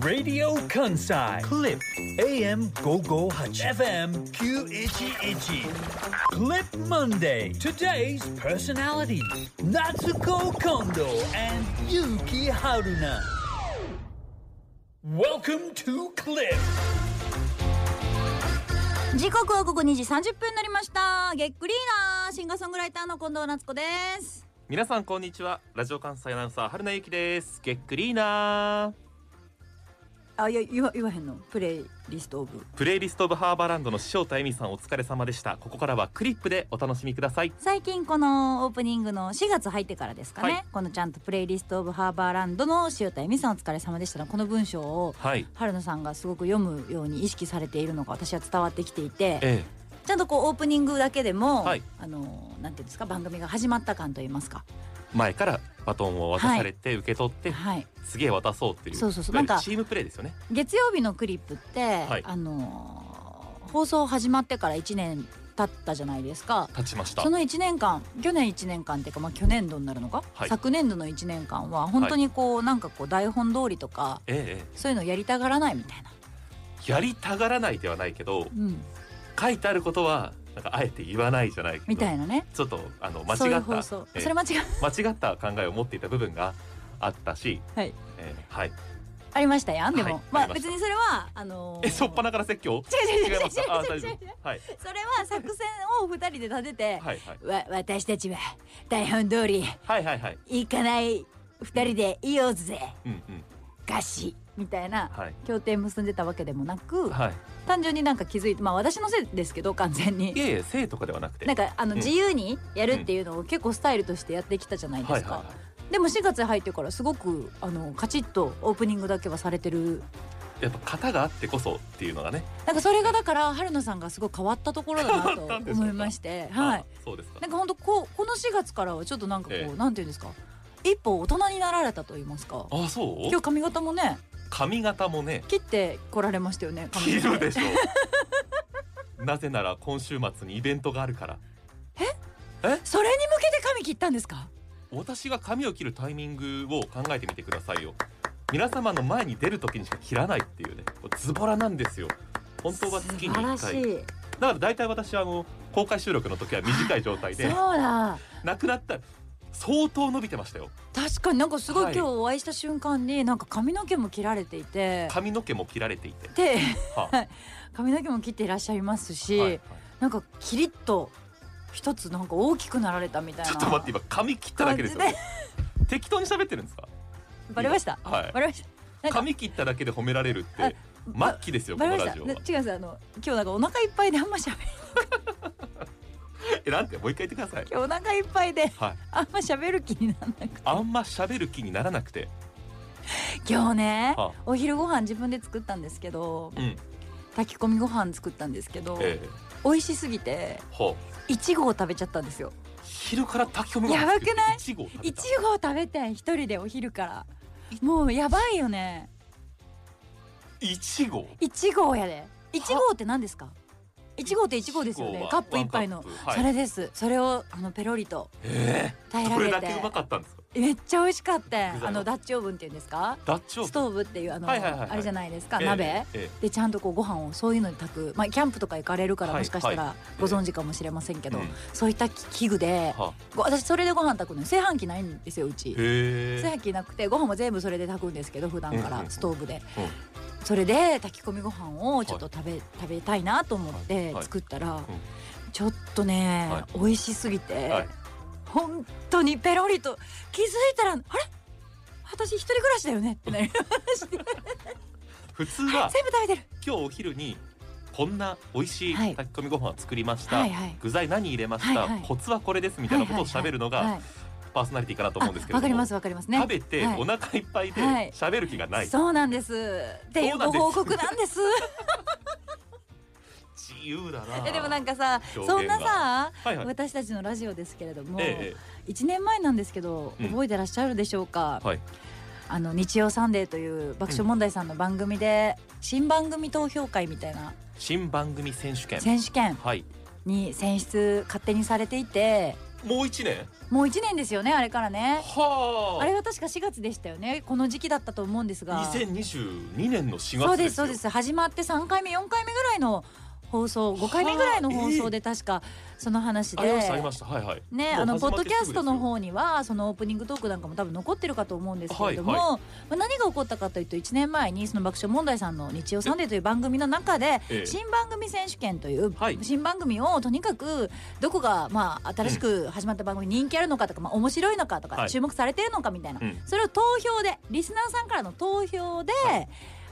Radio Kansai Clip AM 558 FM 911 Clip Monday Today's personality Natsuko Kondo and Yuki Haruna Welcome to Clip 時刻は午後2時30分になりましたげっくりーなシンガーソングライターの近藤夏子です皆さんこんにちはラジオ関西アナウンサー春名ゆきですげっくりーなあいや言わ言わへんのプレイリストオブープレイリストオブハーバーランドの塩田恵美さんお疲れ様でしたここからはクリップでお楽しみください最近このオープニングの4月入ってからですかね、はいこのちゃんとプレイリストオブハーバーランドの塩田恵美さんお疲れ様でしたのこの文章をはい春野さんがすごく読むように意識されているのが私は伝わってきていてえちゃんとこうオープニングだけでも、はいあのなんていうんですか番組が始まった感といいますかえ前からバトンを渡されて受け取って、はいすげえ渡そうっていうそうそうそういわゆるなんかチームプレーですよね月曜日のクリップって、はいあのー放送始まってから1年経ったじゃないですか立ちましたその1年間去年1年間っていうか、まあ、去年度になるのか、はい昨年度の1年間は本当にこう、なんかこう台本通りとかえええそういうのやりたがらないみたいな、えやりたがらないではないけどうん、書いてあることはなんかあえて言わないじゃないけどみたいなねちょっとあの間そうい違うっ放た送、ええそれ間違い間違った考えを持っていた部分があったし、はいええはいありましたやんでも、はいまあありまし別たにそれはあのーえ、そっぱなから説教。違う違う違う違う違う違う違いますか。あ、大丈夫。はい。それは作戦を2人で立てて、はいはい。わ私たちは台本通りはいはいはい。行かない2人でいようぜ、うんうん。菓子みたいなはい。協定結んでたわけでもなくはい。単純になんか気づいてまあ私のせいですけど完全いに。えいえ、性とかではなくて。なんか。かあのうん自由にやるっていうのを結構スタイルとしてやってきたじゃないではいすはか、いはい。でも4月入ってからすごくあのカチッとオープニングだけはされてるやっぱ型があってこそっていうのがね。なんかそれがだから春菜さんがすごい変わったところだな 変わったんとですか思いましてはいあ。そうですかな。んか本当こうこの4月からはちょっとなんかこう、ええなんていうんですか一歩大人になられたと言いますかあ、そ今う日。髪型もね髪型もね。切ってこられましたよね髪切型るでしょう。 なぜなら、今週末にイベントがあるから。それに向けて髪切ったんですか私が髪を切るタイミングを考えてみてくださいよ。皆様の前に出る時にしか切らないっていうね。これズボラなんですよ。本当は月に1素回晴。らしいだから大体私はあの公開収録の時は短い状態でそうだなくなったら相当伸びてましたよ確かになんかすごいは今い日お会いした瞬間になんか髪の毛も切られていて、髪の毛も切られていて、ではあ髪の毛も切っていらっしゃいますし、はいはいなんかキリッと一つなんか大きくなられたみたいなちょっと待って今髪切っただけですよ感適当に喋ってるんですかバレました、はいバレましたなんか髪切っただけで褒められるってば末期ですよこバレのましラたジな違うオはんですあの今日なんかお腹いっぱいであんましゃべえなんてもう一回言ってください今日お腹いっぱいではいあんましゃべる気にならなくてあんま喋る気にならなくて今日ね、はお昼ご飯自分で作ったんですけどうん炊き込みご飯作ったんですけど、ええ美味しすぎてほいちごを食べちゃったんですよう昼から炊き込みやばくないいちごを食べいたちごを食べて一人でお昼からもうやばいよねいちごいちごやでいちごって何ですかいちごっていちごですよいちごねはカップ一杯のワンカップはいそれですそれをあのペロリとええ平これらだげけてうまかったんですかめっちゃ美味しかった具材はあのダッチオーブンっていうんですかダッチオーストーブっていうあのはいはいはいはいあれじゃないですかええ鍋えでちゃんとこうご飯をそういうのに炊くまあキャンプとか行かれるからはいもしかしたはらいご存知かもしれませんけえどうんそういった器具ではご私それでご飯炊くのよ炊飯器ないんですようちへ炊え飯器なくてご飯も全部それで炊くんですけど普段かうんうんらうんストーブで、それで炊き込みご飯をちょっと食べ,、食べたいなと思ってはい作ったら、いうんちょっとね、は美味しすぎて、はい本当にペロリと気づいたらあれ私一人暮らしだよねって なりまして、普通は全部食べてる今日お昼にこんな美味しいはい炊き込みご飯を作りました、はいはい具材何入れました、はいはいコツはこれですみたいなことはいをはいはい喋るのはがいパーソナリティかなと思うんですあけれわかどりも、ますわかりますね食べてはいお腹いっぱいではい喋る気がない、そうなんですっていうご報告なん です自由だなえ でもなんかさ表現がそんなさ、はいはい私たちのラジオですけれども、ええ1年前なんですけどうん覚えてらっしゃるでしょうか、はいあの日曜サンデーという爆笑問題さんの番組で新番組投票会みたいな新番組選手権選手権はいに選出勝手にされていてもう一年もう一年ですよねあれからねはああれは確か4月でしたよねこの時期だったと思うんですが2022年の4月ですよそうですそうです始まって3回目4回目ぐらいの放送5回目ぐらいの放送で確かその話ありでましたありましたはいはいね、もうあの始ポまッってドキャストのすぐ方にはそのオープニングトークなんかも多分残ってるかと思うんですけれども、はいはまあ、何が起こったかというと1年前にその爆笑問題さんの「日曜サンデー」という番組の中でええ新番組選手権というはい新番組をとにかくどこがまあ新しく始まった番組人気あるのかとか、まあ、面白いのかとはかい注目されてるのかみたいな、うんそれを投票でリスナーさんからの投票で。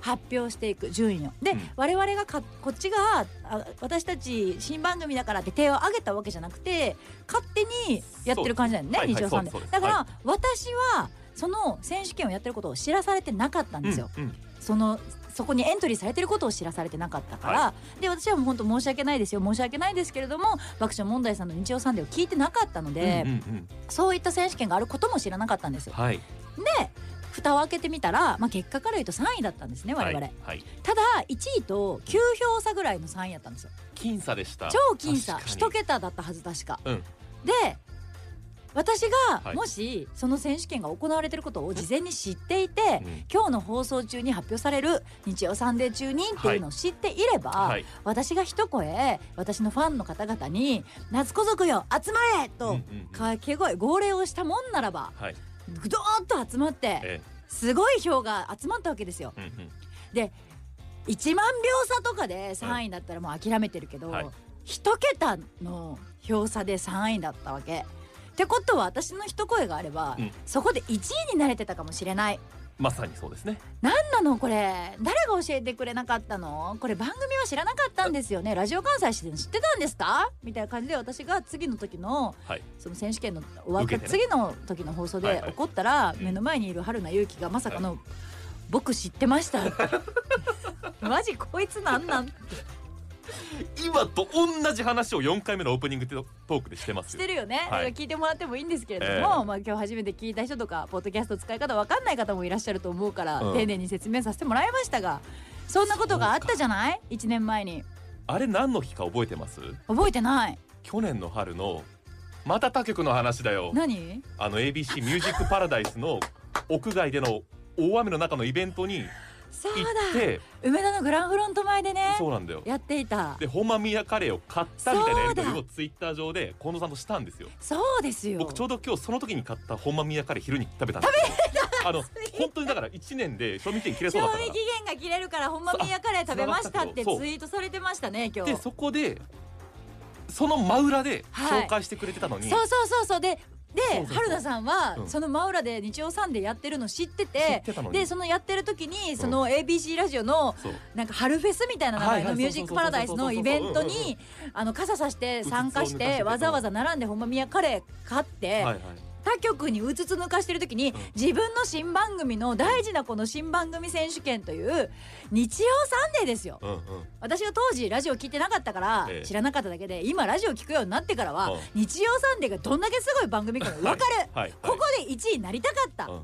発表していく順位をで、うん我々がかこっちがあ私たち新番組だからって手を挙げたわけじゃなくて勝手にやってる感じだよねそうです日曜さんではいはいそうですだから、は私はその選手権をやってることを知らされてなかったんですよ、うんうんそのそこにエントリーされてることを知らされてなかったから、で私はもう本当申し訳ないですよ申し訳ないですけれども爆笑問題さんの日曜サンデーを聞いてなかったので、うんうんうんそういった選手権があることも知らなかったんですよはいで蓋を開けてみたら、まあ、結果から言うと3位だったんですね我々、はいはいただ1位と9票差ぐらいの3位やったんですよ僅差でした超僅差確かに一桁だったはず確か、うんで私はがいもしその選手権が行われてることを事前に知っていて、うん今日の放送中に発表される「日曜サンデー中に」っていうのを知っていれば、はい私が一声私のファンの方々に「夏子族よ集まれ!」うんうとんうん掛け声号令をしたもんならばはいドーンと集まってえすごい票が集まったわけですよ。えうんうん1万票差とかで3位だったらもう諦めてるけど、はい一桁の票差で3位だったわけ。ってことは私の一声があれば、うんそこで1位になれてたかもしれない。まさにそうですね何なのこれ誰が教えてくれなかったのこれ番組は知らなかったんですよねラジオ関西知って知ってたんですかみたいな感じで私が次の時のはいその選手権の終わっ受たけてね次の時の放送はいではい怒ったらうん目の前にいる春菜勇気がまさかの「僕知ってました」 マジこいつなんなん今と同じ話を4回目のオープニングトークでしてますしよてるよね、いだから聞いてもらってもいいんですけれども、ええまあ、今日初めて聞いた人とかポッドキャスト使い方わかんない方もいらっしゃると思うから、うん丁寧に説明させてもらいましたがそんなことがあったじゃない1年前にあれ何の日か覚えてます覚えてない去年の春のまた他局の話だよ何あの ABC ミュージックパラダイスの屋外での大雨の中のイベントにそ行うっだて梅田のグランフロント前でねそうなんだよやっていたで本間宮カレーを買ったみたいなやり取りそをツイッター上で近藤さんとしたんですよそうですよ僕ちょうど今日その時に買った本間宮カレー昼に食べたんですよあの本当にだから1年で賞味期限切れそうだ賞ったか味期限が切れるから本間宮カレー食べましたってツそうイートされてましたね今ら日でそこでその真裏で紹介してくれてたのに、そうそうそうそうでそうでそうそう春菜さんはうんその真裏で日曜サンデーやってるの知って知っててたのにでそのやってる時にその ABC ラジオのそうなんか春フェスみたいな名は前いはのいミュージックパラダイスのイベントそうそうそうそううんうんうんにあの傘さして参加しうつつを抜かしてててわざわざ並んで本間宮カレー買っはいてはい他局にうつつ抜かしてる時にん自分の新番組の大事なこの新番組選手権という日曜サンデーですようんうん私が当時ラジオ聞いてなかったからええ知らなかっただけで今ラジオ聞くようになってからうはん日曜サンデーがどんだけすごい番組かが分かるはいはいここで1位になりたかったうん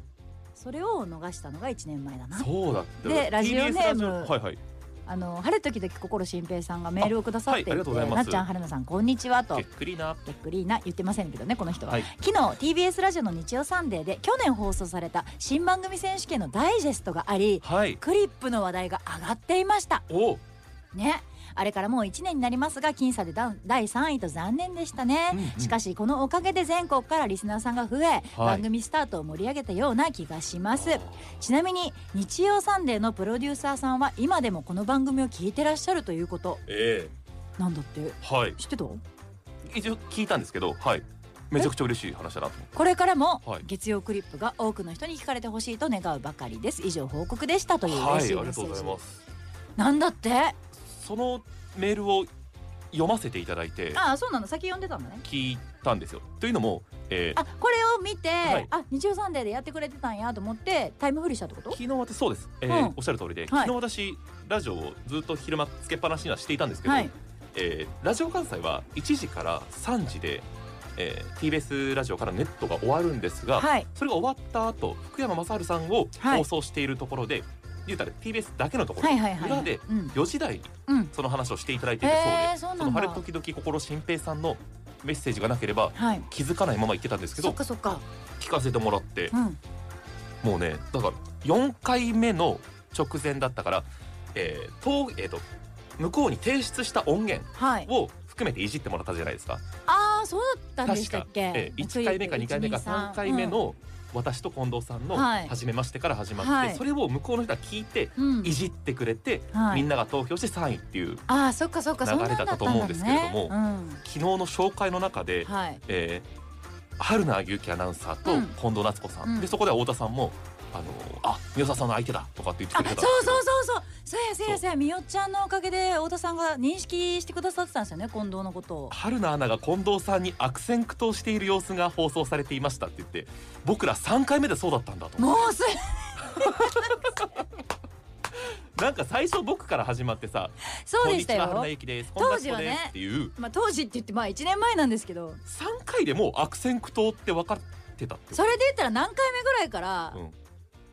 それを逃したのが1年前だなそうだってでラジオネームはいはいあの晴れ時々心心平さんがメールをくださっていて、あはいありがとうございまなすっちゃん春菜さんこんにちはとげっくりなゆっくりな言ってませんけどねこの人は、はい昨日 TBS ラジオの日曜サンデーで去年放送された新番組選手権のダイジェストがありはいクリップの話題が上がっていましたおねあれからもう1年になりますが僅差でだ第3位と残念でしたね、うんうんしかしこのおかげで全国からリスナーさんが増え、番組スタートを盛り上げたような気がしますちなみに日曜サンデーのプロデューサーさんは今でもこの番組を聞いてらっしゃるということえなんだってえはい知ってた一応聞いたんですけどはいめちゃくちゃ嬉しい話だなと思ってこれからもはい月曜クリップが多くの人に聞かれてほしいと願うばかりです以上報告でしたという嬉しいはいあメッりがセとーうござジ、いますなんだってそのメールを読ませていただいてああそうなの先読んでたんだね聞いたんですよというのも、えーあこれを見て、はいあ日曜サンデーでやってくれてたんやと思ってタイムフリーしたってこと昨日私そうです、えーうんおっしゃる通りでは昨い日私ラジオをずっと昼間つけっぱなしにはしていたんですけど、はいえーラジオ関西は1時から3時で、えー TBS ラジオからネットが終わるんですが、はいそれが終わった後福山雅治さんをはい放送しているところで、言うたら TBS だけのところ、はいはいはい裏でうん4時台にうんその話をしていただいているそうで、へえそうなそのん晴だれ時々心心平さんのメッセージがなければはい気づかないまま言ってたんですけそどっかそっか聞かせてもらってうんもうねだから4回目の直前だったから、えーとえーと向こうに提出した音源はいを含めていじってもらったじゃないですか。ああそうだったんで確したかっ、け、えー、1回目か2回目か3回目の私と近藤さんのはい初めましてから始まって、はいそれを向こうの人が聞いてうん、うんいじってくれて、はいみんなが投票して3位っていうああそっかそっかそんなんだったんだ、ね、流れだったと思うんですけれどもうん昨日の紹介の中で、はいえー春菜ゆきアナウンサーとうん近藤夏子さん、うんでそこでは太田さんも「あのあ宮沢さんの相手だ」とかって言ってあくそうれそうてたんそですうそうそうやそけどうやそうやみよちゃんのおかげで太田さんが認識してくださってたんですよね近藤のことを春菜アナが近藤さんに悪戦苦闘している様子が放送されていましたって言って僕ら3回目でそうだったんだともうすなんか最初僕から始まってさそうでしたこんにちは春よ菜ゆきです。当時はねこんな人ですっていうまあ当時って言ってまあ1年前なんですけど三回でもう悪戦苦闘って分かってたってこそれで言ったら何回目ぐらいから、うん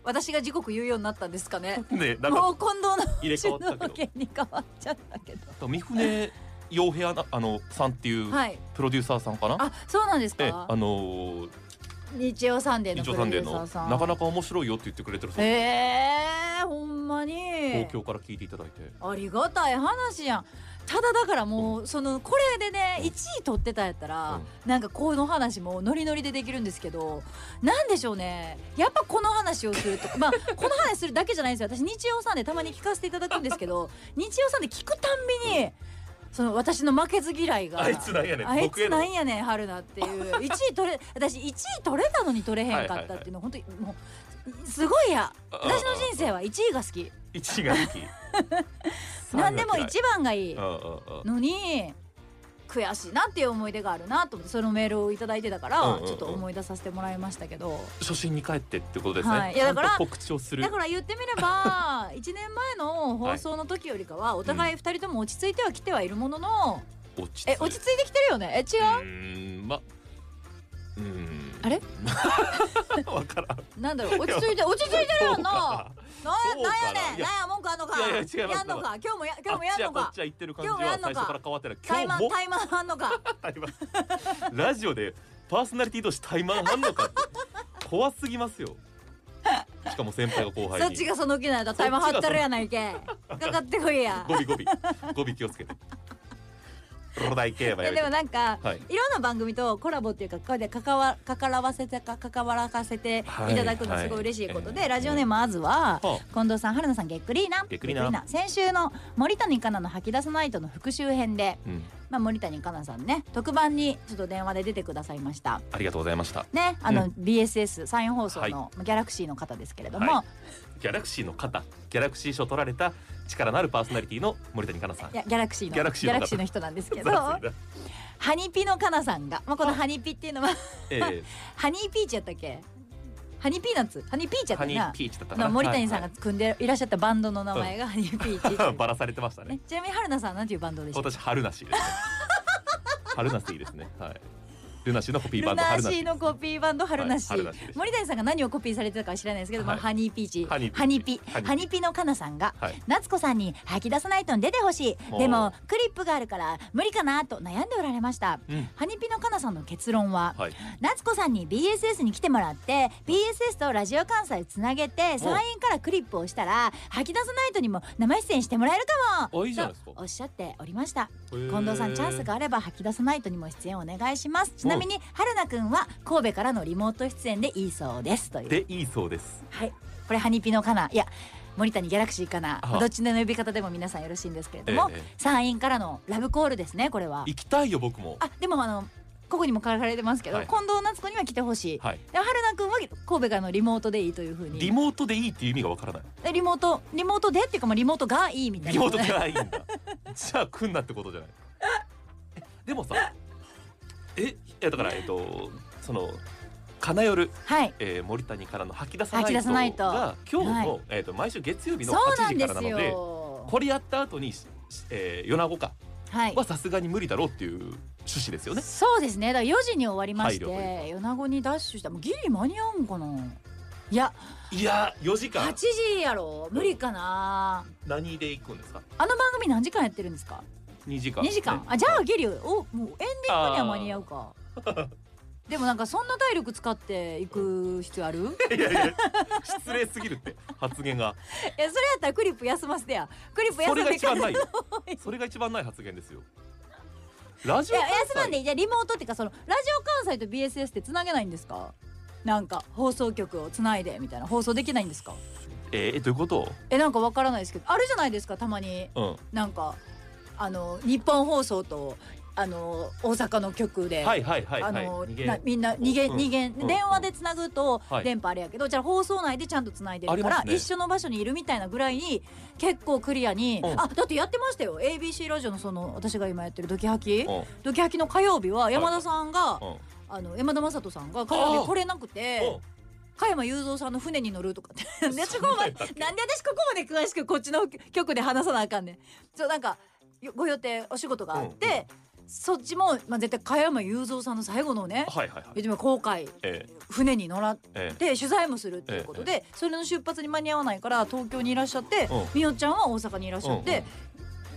私が時刻言うようになったんですかねと。ね、なんかもう近藤の入れ替わったのけ件に変わっちゃったけどど、三船洋平アナあのさんっていうはいプロデューサーさんかな。あそうなんですええかあのー日曜サンデーの日プ曜ロサンデデューーサのーさんなかなか面白いよって言ってくれてるそうです。えー、ほんまに東京から聞いていただいて。ありがたい話やんただだからもうそのこれでね1位取ってたんやったらなんかこの話もノリノリでできるんですけどなんでしょうねやっぱこの話をすると まあこの話するだけじゃないんですよ私日曜さんでたまに聞かせていただくんですけど日曜さんで聞くたんびにその私の負けず嫌いがあいつなんやねあん。い僕つへなのんやねん春菜っていう1位取れ私1位取れたのに取れへんかったっていうの本当にもうすごいや私の人生は1位が好き一位が好き。 何でも三位が嫌い一番がいいうんうんうんのに悔しいなっていう思い出があるなと思ってそのメールを頂いただいてたから、うんうんうんちょっと思い出させてもらいましたけど初心に帰ってってことですね。はいいやだからちゃんと告知をするだ。から言ってみれ ば1年前の放送の時よりかはお互い2人とも落ち着いてはきてはいるものの、落ち着いてえ落ち着いてきてるよねえ違うーんまうーん あれわからんうなんだろう落ち着いて落ち着いてるよななそうかなんやねいんやなんや文句あんのかいやいや違いますやんのか今日もや今日もやんのあかっちやこっちや言ってる感じ今日もやはんの最か初から変わってないタイマ今日ンもタイマンあんのかタイマン ラジオでパーソナリティ同士タイマンあんのかって怖すぎますよしかも先輩が後輩そっにちがその気なんだタイマン張ってるやない けかかってこいやゴビゴビゴビ気をつ けてロダイケーバいややでもめなんか、はいい、ろんな番組とコラボっていうかここで関わからわせてか関わらかせていただくのはいすごい嬉しいことで、はいラジオネームまずは、は近藤さん春菜さんげっくりーなげっくりーな先週の森谷香奈の吐き出さないとの復習編で、うんまあ、森谷香奈さんね特番にちょっと電話で出てくださいましたありがとうございましたねあの、う BSS サイン放送のギャラクシーの方ですけれども、はいいギャラクシーの方ギャラクシー賞取られた力のあるパーソナリティの森谷香奈さんやギャラクシーのギャラクシーの方の人なんですけど 雑いなハニピの香奈さんが、まあ、このハニピっていうのはええハニーピーチやったっけハニーピーナッツハニーピーチやったハっけニーなピーチだったかなの森谷さんが組んでいらっしゃったバンドの名前がハニーピーチっていう バラされてましたねねちなみに春菜さんはなんていうバンドでした私春な しですね春なしいいですねはいルナシーのコピーバルンドナー春なシーしのコピーバンド春なし、はい春なしです森谷さんが何をコピーされてたかは知らないですけど、まあはいハニーピーチハニーピピーチハニーピハニピのかなさんが、はい夏子さんに吐き出さないと出てほしいおーでもクリップがあるから無理かなと悩んでおられましたうんハニピのかなさんの結論は、はい夏子さんに BSS に来てもらって BSS とラジオ関西つなげて山陰からクリップをしたら吐き出さないとにも生出演してもらえるかもあいいじゃないですかとおっしゃっておりました近近藤さんチャンスがあれば吐き出さないとにも出演お願いしますちなみに春菜くんは神戸からのリモート出演でいいそうですというでいいそうですはいこれハニピのかないや森谷ギャラクシーかなあどっちの呼び方でも皆さんよろしいんですけれども、ええええ山陰からのラブコールですねこれは行きたいよ僕もあでもあのここにも書かれてますけど、はい近藤夏子には来てほしいはいで春菜くんは神戸からのリモートでいいというふうにリリモモートでいいっていう意味がわからないリモートリモートでっていうかまあリモートがいいみたいなリモートじゃないんだじゃあ来んなってことじゃないえでもさえいやだからえっとその金夜、 はいえー、森谷からの吐き出さない吐き出とさないとが今日の、はえっと毎週月曜日そのうな8ん時でからなすのでよこれやった後に、ししえー、米子かはいはさすがに無理だろうっていう趣旨ですよね。そうですねだから4時に終わりまして配慮と米子にダッシュしたもうギリ間に合うんかないやいやー、4時8間。時やろ無理かな何で行くんですか。あの番組何時間やってるんですか2時間2時間あじゃあギリよおもうエンディングには間に合うかでもなんかそんな体力使っていく必要あるいやいやいや失礼すぎるって発言がそれやったらクリップ休ませてやクリップそ休れんがで一 番ないよいそれが一番ない発言ですよラジいオや関休まん西でいいじゃあリモートっていうかそのラジオ関西と BSS ってつなげないんですかなんか放送局をつないでみたいな放送できないんですかえー、どういうことえなんかわからないですけどあるじゃないですかたまにうんなんかあの日本放送とあの大阪の局で、はいはいはいあはいの逃げなみんな逃げうん逃げ、ん電話でつなぐとはい電波あれやけど、じゃあ放送内でちゃんとつないでるかありら、ますね一緒の場所にいるみたいなぐらいに結構クリアに、うんあだってやってましたよ ABC ラジオのその私が今やってる「ドキハキ」うんドキハキの火曜日は山田さんが、うんあの山田雅人さんが火曜あー日来れなくうんて加山雄三さんの船に乗るとか ってでそこまでなんで私ここまで詳しくこっちの局で話さなあかんねん。そうなんかよご予定お仕事があって、そっちも、まあ、絶対加山雄三さんの最後のねはいはいは言いってみれば航海えー船に乗らっえて取材もするっていうことで、それの出発に間に合わないから東京にいらっしゃって、うんみよちゃんは大阪にいらっしゃって、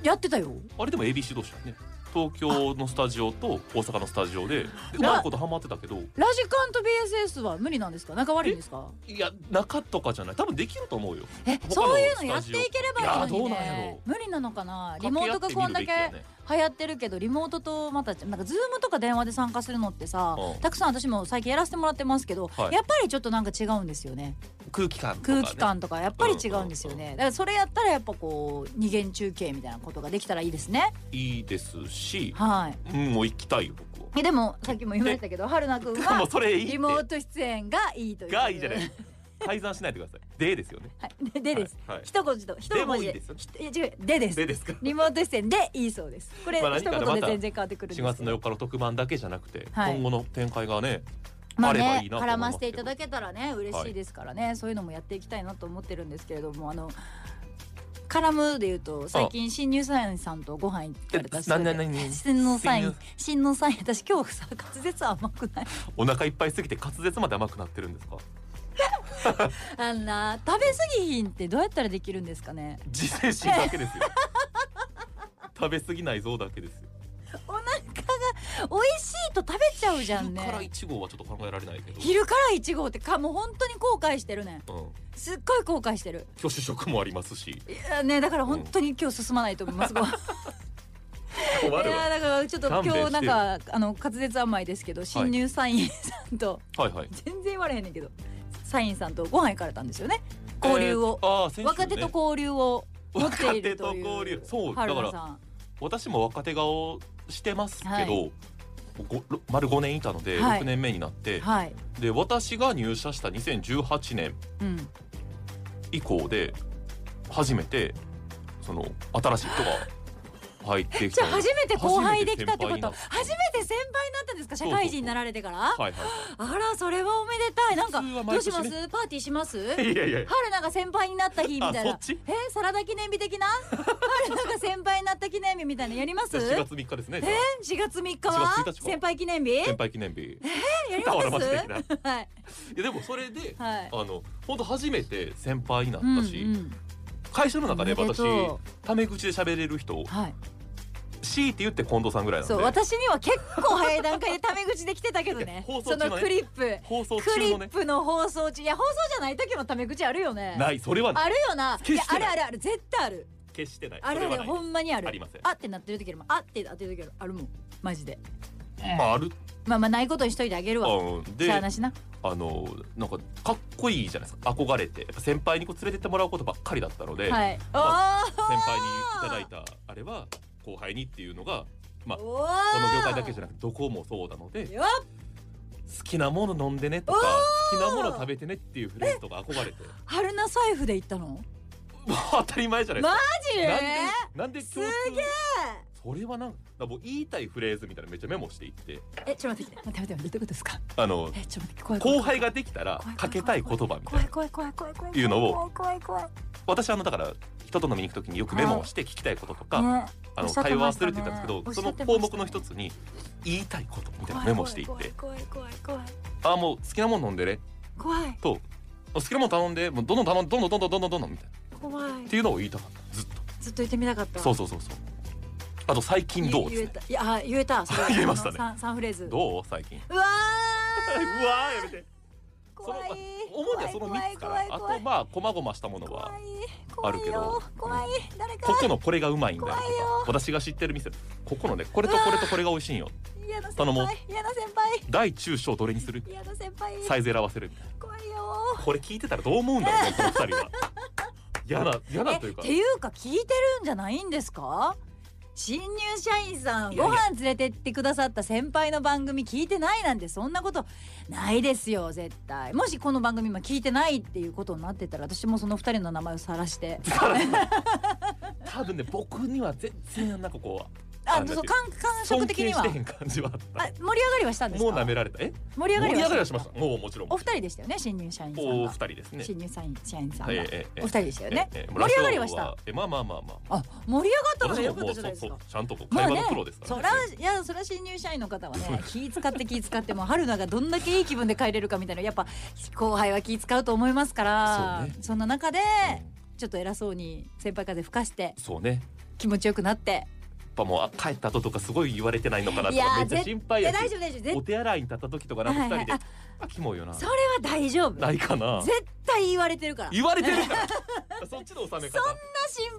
やってたよ。ーあれでも ABC 同士だね東京のスタジオと大阪のスタジオででうなまいことハマってたけどラジカンと BSS は無理なんですか仲悪いんですかいや中とかじゃない多分できると思うよえ他のそういうのやっスタジオていければいいのにいやどうなんやろねう無理なのかなリモートがこんだけ掛け合ってみるべきだね流行ってるけどリモートとまたなんかズームとか電話で参加するのってさうんたくさん私も最近やらせてもらってますけど、はいやっぱりちょっとなんか違うんですよね空気感とかね空気感とかやっぱり違うんですよね、だからそれやったらやっぱこう二元中継みたいなことができたらいいですねいいですし、はいうん、もう行きたいよ僕はえでもさっきも言われたけど春菜くん もはうそれいいってリモート出演がいいというがいいじゃないはですか改ざんしないでく ださいでですよねいででです、はいはい一言と一文字でもいいですよひといや違うでですでですかリモート出演でいいそうです。これまあ一何かね言でまた全然変わってくるんです4よ。月の4日の特番だけじゃなくて、はい今後の展開がねまああればいねいなと思い絡まますけどせていただけたらね嬉しいですからね、そういうのもやっていきたいなと思ってるんですけれどもあの絡むで言うと最近新入社員さんとご飯行かれたえ何何何新入社員新入新入社員私今日さ滑舌甘くないお腹いっぱいすぎて滑舌まで甘くなってるんですかあんな食べ過ぎひんってどうやったらできるんですかね自制心だけです よ食べ過ぎないぞだけですよお腹が美味しいと食べちゃうじゃん昼からね1号はちょっと考えられないけど、昼から1号ってかもう本当に後悔してるねんうん、すっごい後悔してる挙手食もありますしいやねだから本当に今日進まないと思います。ご飯困いるわやだからちょっと勘弁今して日なんかあの滑舌甘いですけど新入社員さんと、はいはい全然言われへんねんけど社員さんとご飯行かれたんですよ ね。交流をえ、ーあー先週ね若手と交流を持っているという若手と交流そう春菜ださかん私も若手顔してますけど、はいごろ丸5年いたのではい6年目になって、はい、で私が入社した2018年うん、以降で初めてその新しい人が 入ってきじたゃあ初めて後輩できたってこ初めて先輩になとった初めて先輩になったんですか社そうそう会人になられてからはい はあらそれはおめでたいなんか普通はど毎うし年ねますパーティーしますいいやいやいや春菜が先輩になった日みたいなあそっちえサラダ記念日 的な春菜が先輩になった記念日みたいなのやりますじゃあ4月3日ですねえ4月3日は4月1日も先輩記念日や先輩記念日り俵ま町す的ないはいやでもそれで、はいあの本当初めて先輩になっうんうたし、ん会社の中でおめで私とタメ口で喋れる人はい強いて言って近藤さんぐらいなんでそう私には結構早い段階でタメ口で来てたけどいやね 放送そ中のねのクリップ放送ク中リのッねプの放送中いや放送じゃない時もタメ口あるよねないそれはないあるよな決やしてあなるいあるある絶対ある決してないあるあそれるはないほんまにあるありませんあってなってる時あるもんあってなってる時あるあるもんマジでまああるまあまあないことにしといてあげるわうんしゃあでなしなあのなんかかっこいいじゃないですか憧れてやっぱ先輩にこう連れてってもらうことばっかりだったので、はいおまー先輩にいただいたあれは後輩にっていうのがまあこおの業界だけじゃゃなくどこもそうなのでよっ好きなもの飲んでねとか好きなもの食べてねっていうフレーズとか憧れて春菜財布で行ったのもう当たり前じゃないですか。マジなんでなんです共通それはなんだからもう言いたいフレーズみたいなのめっちゃメモしていってえちょっと待って待って待って待ってどういうことですかあのえちょっと待って怖い怖い後輩ができたら怖い怖いかけたい言葉みたいな怖い怖い怖い怖い怖い怖い怖いいうのを怖い怖い怖い私あのだから人と飲みに行く時によくメモをして聞きたいこととか、ねあおっのしゃって会まし話すたるねって言ったんですけど、おっしそゃのってましたね項目の一つに言いたいことみたいなメモしていって怖い怖い怖いああもう好きなもの飲んでね怖いと好きなもの頼んでもうどんどん頼んでどんどんどんどんどんどんどんみたいな怖い怖いっていうのを言いたかったずっとずっと言ってみたかったそうそうそうそうあと最近どうです言えねたいやあ言えたそれ 言えましたねあの三三フレーズどう最近うわうわーーやめてそ怖のい主にはその3つからあとまあこまごましたものは怖いあ怖るいけどよ怖い誰こかこのこれがうまいんだよとか怖いよ私が知ってる店ここのねこれとこれとこれが美味しいんよ嫌な先頼もう輩嫌な先輩大中小どれにする嫌な先輩サイズ選ばせるみたいな怖いよこれ聞いてたらどう思うんだろうねこの2人は 嫌な嫌えなっというかていうか聞いてるんじゃないんですか新入社員さんいやいごや飯連れてってくださった先輩の番組聞いてないなんてそんなことないですよ絶対もしこの番組今聞いてないっていうことになってたら私もその2人の名前を晒 して多分ね僕には全然なんかこうああその感感尊触的敬にしはてあへん感じはあった盛り上がりはしたんですもうか舐められたえ盛り上が盛りりは上がりはししましましたたもうもちろんお二人でしたよね新入社員さんおが二人ですね新入社員社員さんが、ええええお二人でしたよね、ええええ盛り上がりはしラジたオえまあまあまあまああ盛り上がったのが私良もかっもたうじそゃないですそかちゃんとこうま会あ話ねのプロです、かそら、らいやそら新入社員の方はね気使って気使ってもう春菜がどんだけいい気分で帰れるかみたいなやっぱ後輩は気使うと思いますからそうそ,、ねんな中でうんちょっと偉そうに先輩風吹かしてそうね気持ちよくなってやっぱもうあ帰った後とかすごい言われてないのかなといやかーめっちゃ心配いやや大し丈夫大丈夫絶お手洗いに立った時とかなんかはいはい二人であキモいよなそれは大丈夫ないかな絶対言われてるからそんな言われてるから そっちの収め方心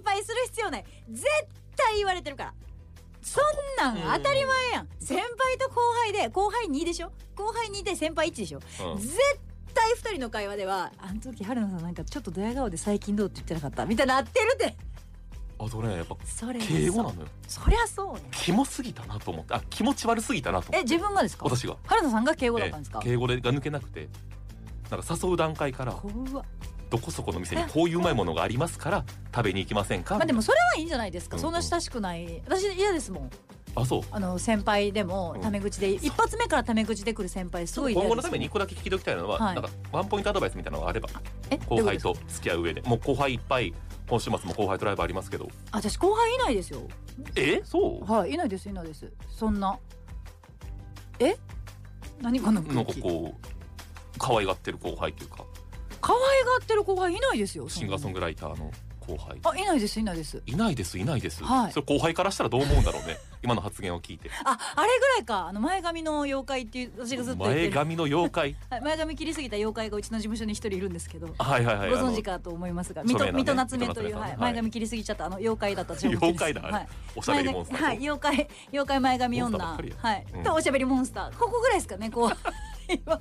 配する必要ない絶対言われてるからそんなん当たり前やん先輩と後輩で後輩2でしょ後輩2で先輩1でしょうん絶対2人の会話では「あの時春菜さんなんかちょっとドヤ顔で最近どうって言ってなかった」みたいななってるってあとねやっぱそれは敬語そなうのよそりゃそうねキモすぎたなと思ってあ気持ち悪すぎたなと思えって自分がですか私が春菜さんが敬語だったんですかええ敬語でが抜けなくてなんか誘う段階から怖っどこそこの店にこういううまいものがありますから食べに行きませんかまあでもそれはいいんじゃないですかうんそんな親しくない私嫌ですもんあそうあの先輩でもうんタメ口で一発目からタメ口で来る先輩すごい嫌今です後のために一個だけ聞きときたいのは、はいなんかワンポイントアドバイスみたいなのがあればえ後輩どういうこと付き合う上でもう後輩いっぱい今週末も後輩とライブありますけどとですか私後輩いないですよえそうはいいないですいないですそんなえ何このな空んか気こう可愛がってる後輩というか可愛がってる後輩いないですよそシんンなガーソングライターの後輩あいないですいないですいないですいないです、はいそれ後輩からしたらどう思うんだろうね 今の発言を聞いてああれぐらいかあの前髪の妖怪っていう私がずっと言って前る髪の妖怪 はい前髪切りすぎた妖怪がうちの事務所に一人いるんですけど、はいはいはいごあの存知かと思いますが著水名戸なね水戸夏目という、水戸夏目さんはいねはい前髪切りすぎちゃったあの妖怪だと私は思ってるんですけど妖怪だあれはいおしゃべりモンスターと、はい、妖怪妖怪前髪モ女ンスターばっかりやはい、うんとおしゃべりモンスターここぐらいですかねこう 今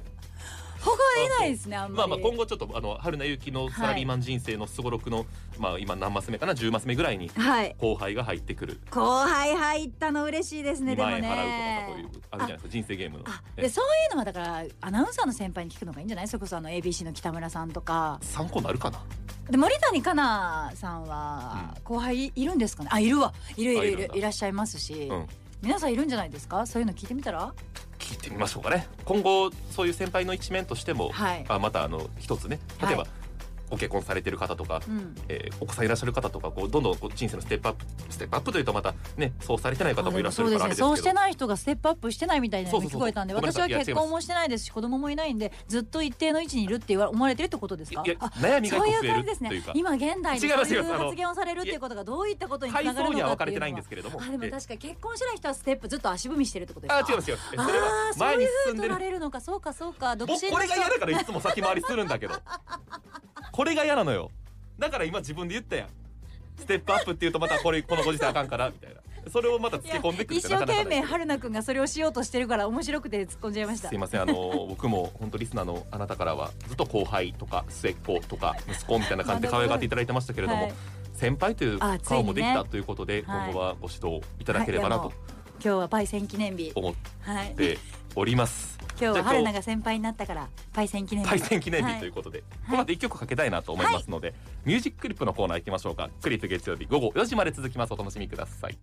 他はいないですねあんままあり、まあ今後ちょっとあの春菜ゆきのサラリーマン人生のすごろくの、まあ今何マス目かな10マス目ぐらいにはい後輩が入ってくる後輩入ったの嬉しいですね2でも万ね円払うとかなんかこういうあるじゃないですか人生ゲームのあえでそういうのはだからアナウンサーの先輩に聞くのがいいんじゃないそれこそあの ABC の北村さんとか参考になるかなで森谷香奈さんは後輩いるんですかねあいるわいるいあるいいるんるだいらっしゃいますし、うん皆さんいるんじゃないですかそういうの聞いてみたら聞いてみましょうかね今後そういう先輩の一面としても、はいあまたあの一つね例えば、はご結婚されてる方とか、うんえーお子さんいらっしゃる方とかこうどんどんこう人生のステップアップステップアップというとまたねそうされてない方もいらっしそゃうるでかすねらあれですけどそうしてない人がステップアップしてないみたいなのそうに聞そうそうこえたんでごめんな私さいは結婚もしてないですし子供もいないんでずっと一定の位置にいるって言わ思われてるってことですかいやあ悩みが一そうい個う増え感るじですといねうか今現代に違いまそすういう違いますあの発言をされるっていうことがどういったことにつ階なが層るにのはか分ってかいうのれてないんはですけれどもあでもえ確かに結婚しない人はステップずっと足踏みしてるってことですあか違います違いますそれはあー前に進んそういう風でに取るられるのかそうかそうか独僕身このれが人嫌はだからいつも先回りするんだけどこれが嫌なのよだから今自分で言ったやんステップアップっていうとまたこれこのご時世あかんからみたいなそれをまたつけ込んでくる一生懸命る春菜くんがそれをしようとしてるから面白くて突っ込んじゃいましたすいませんあの僕も本当リスナーのあなたからはずっと後輩とか末っ子とか息子みたいな感じで可愛がっていただいてましたけれども、はい先輩というあついにね顔もできたということで、はい今後はご指導いただければなはとい今日はパイセン記念日思っはいております。今日 は春じゃ菜あが先輩になったからパイセン記念日対戦記念は日いということで、この後一曲かけたいなと思いますので、ミュージッククリップのコーナー行きましょうかクリップ月曜日午後4時まで続きますお楽しみください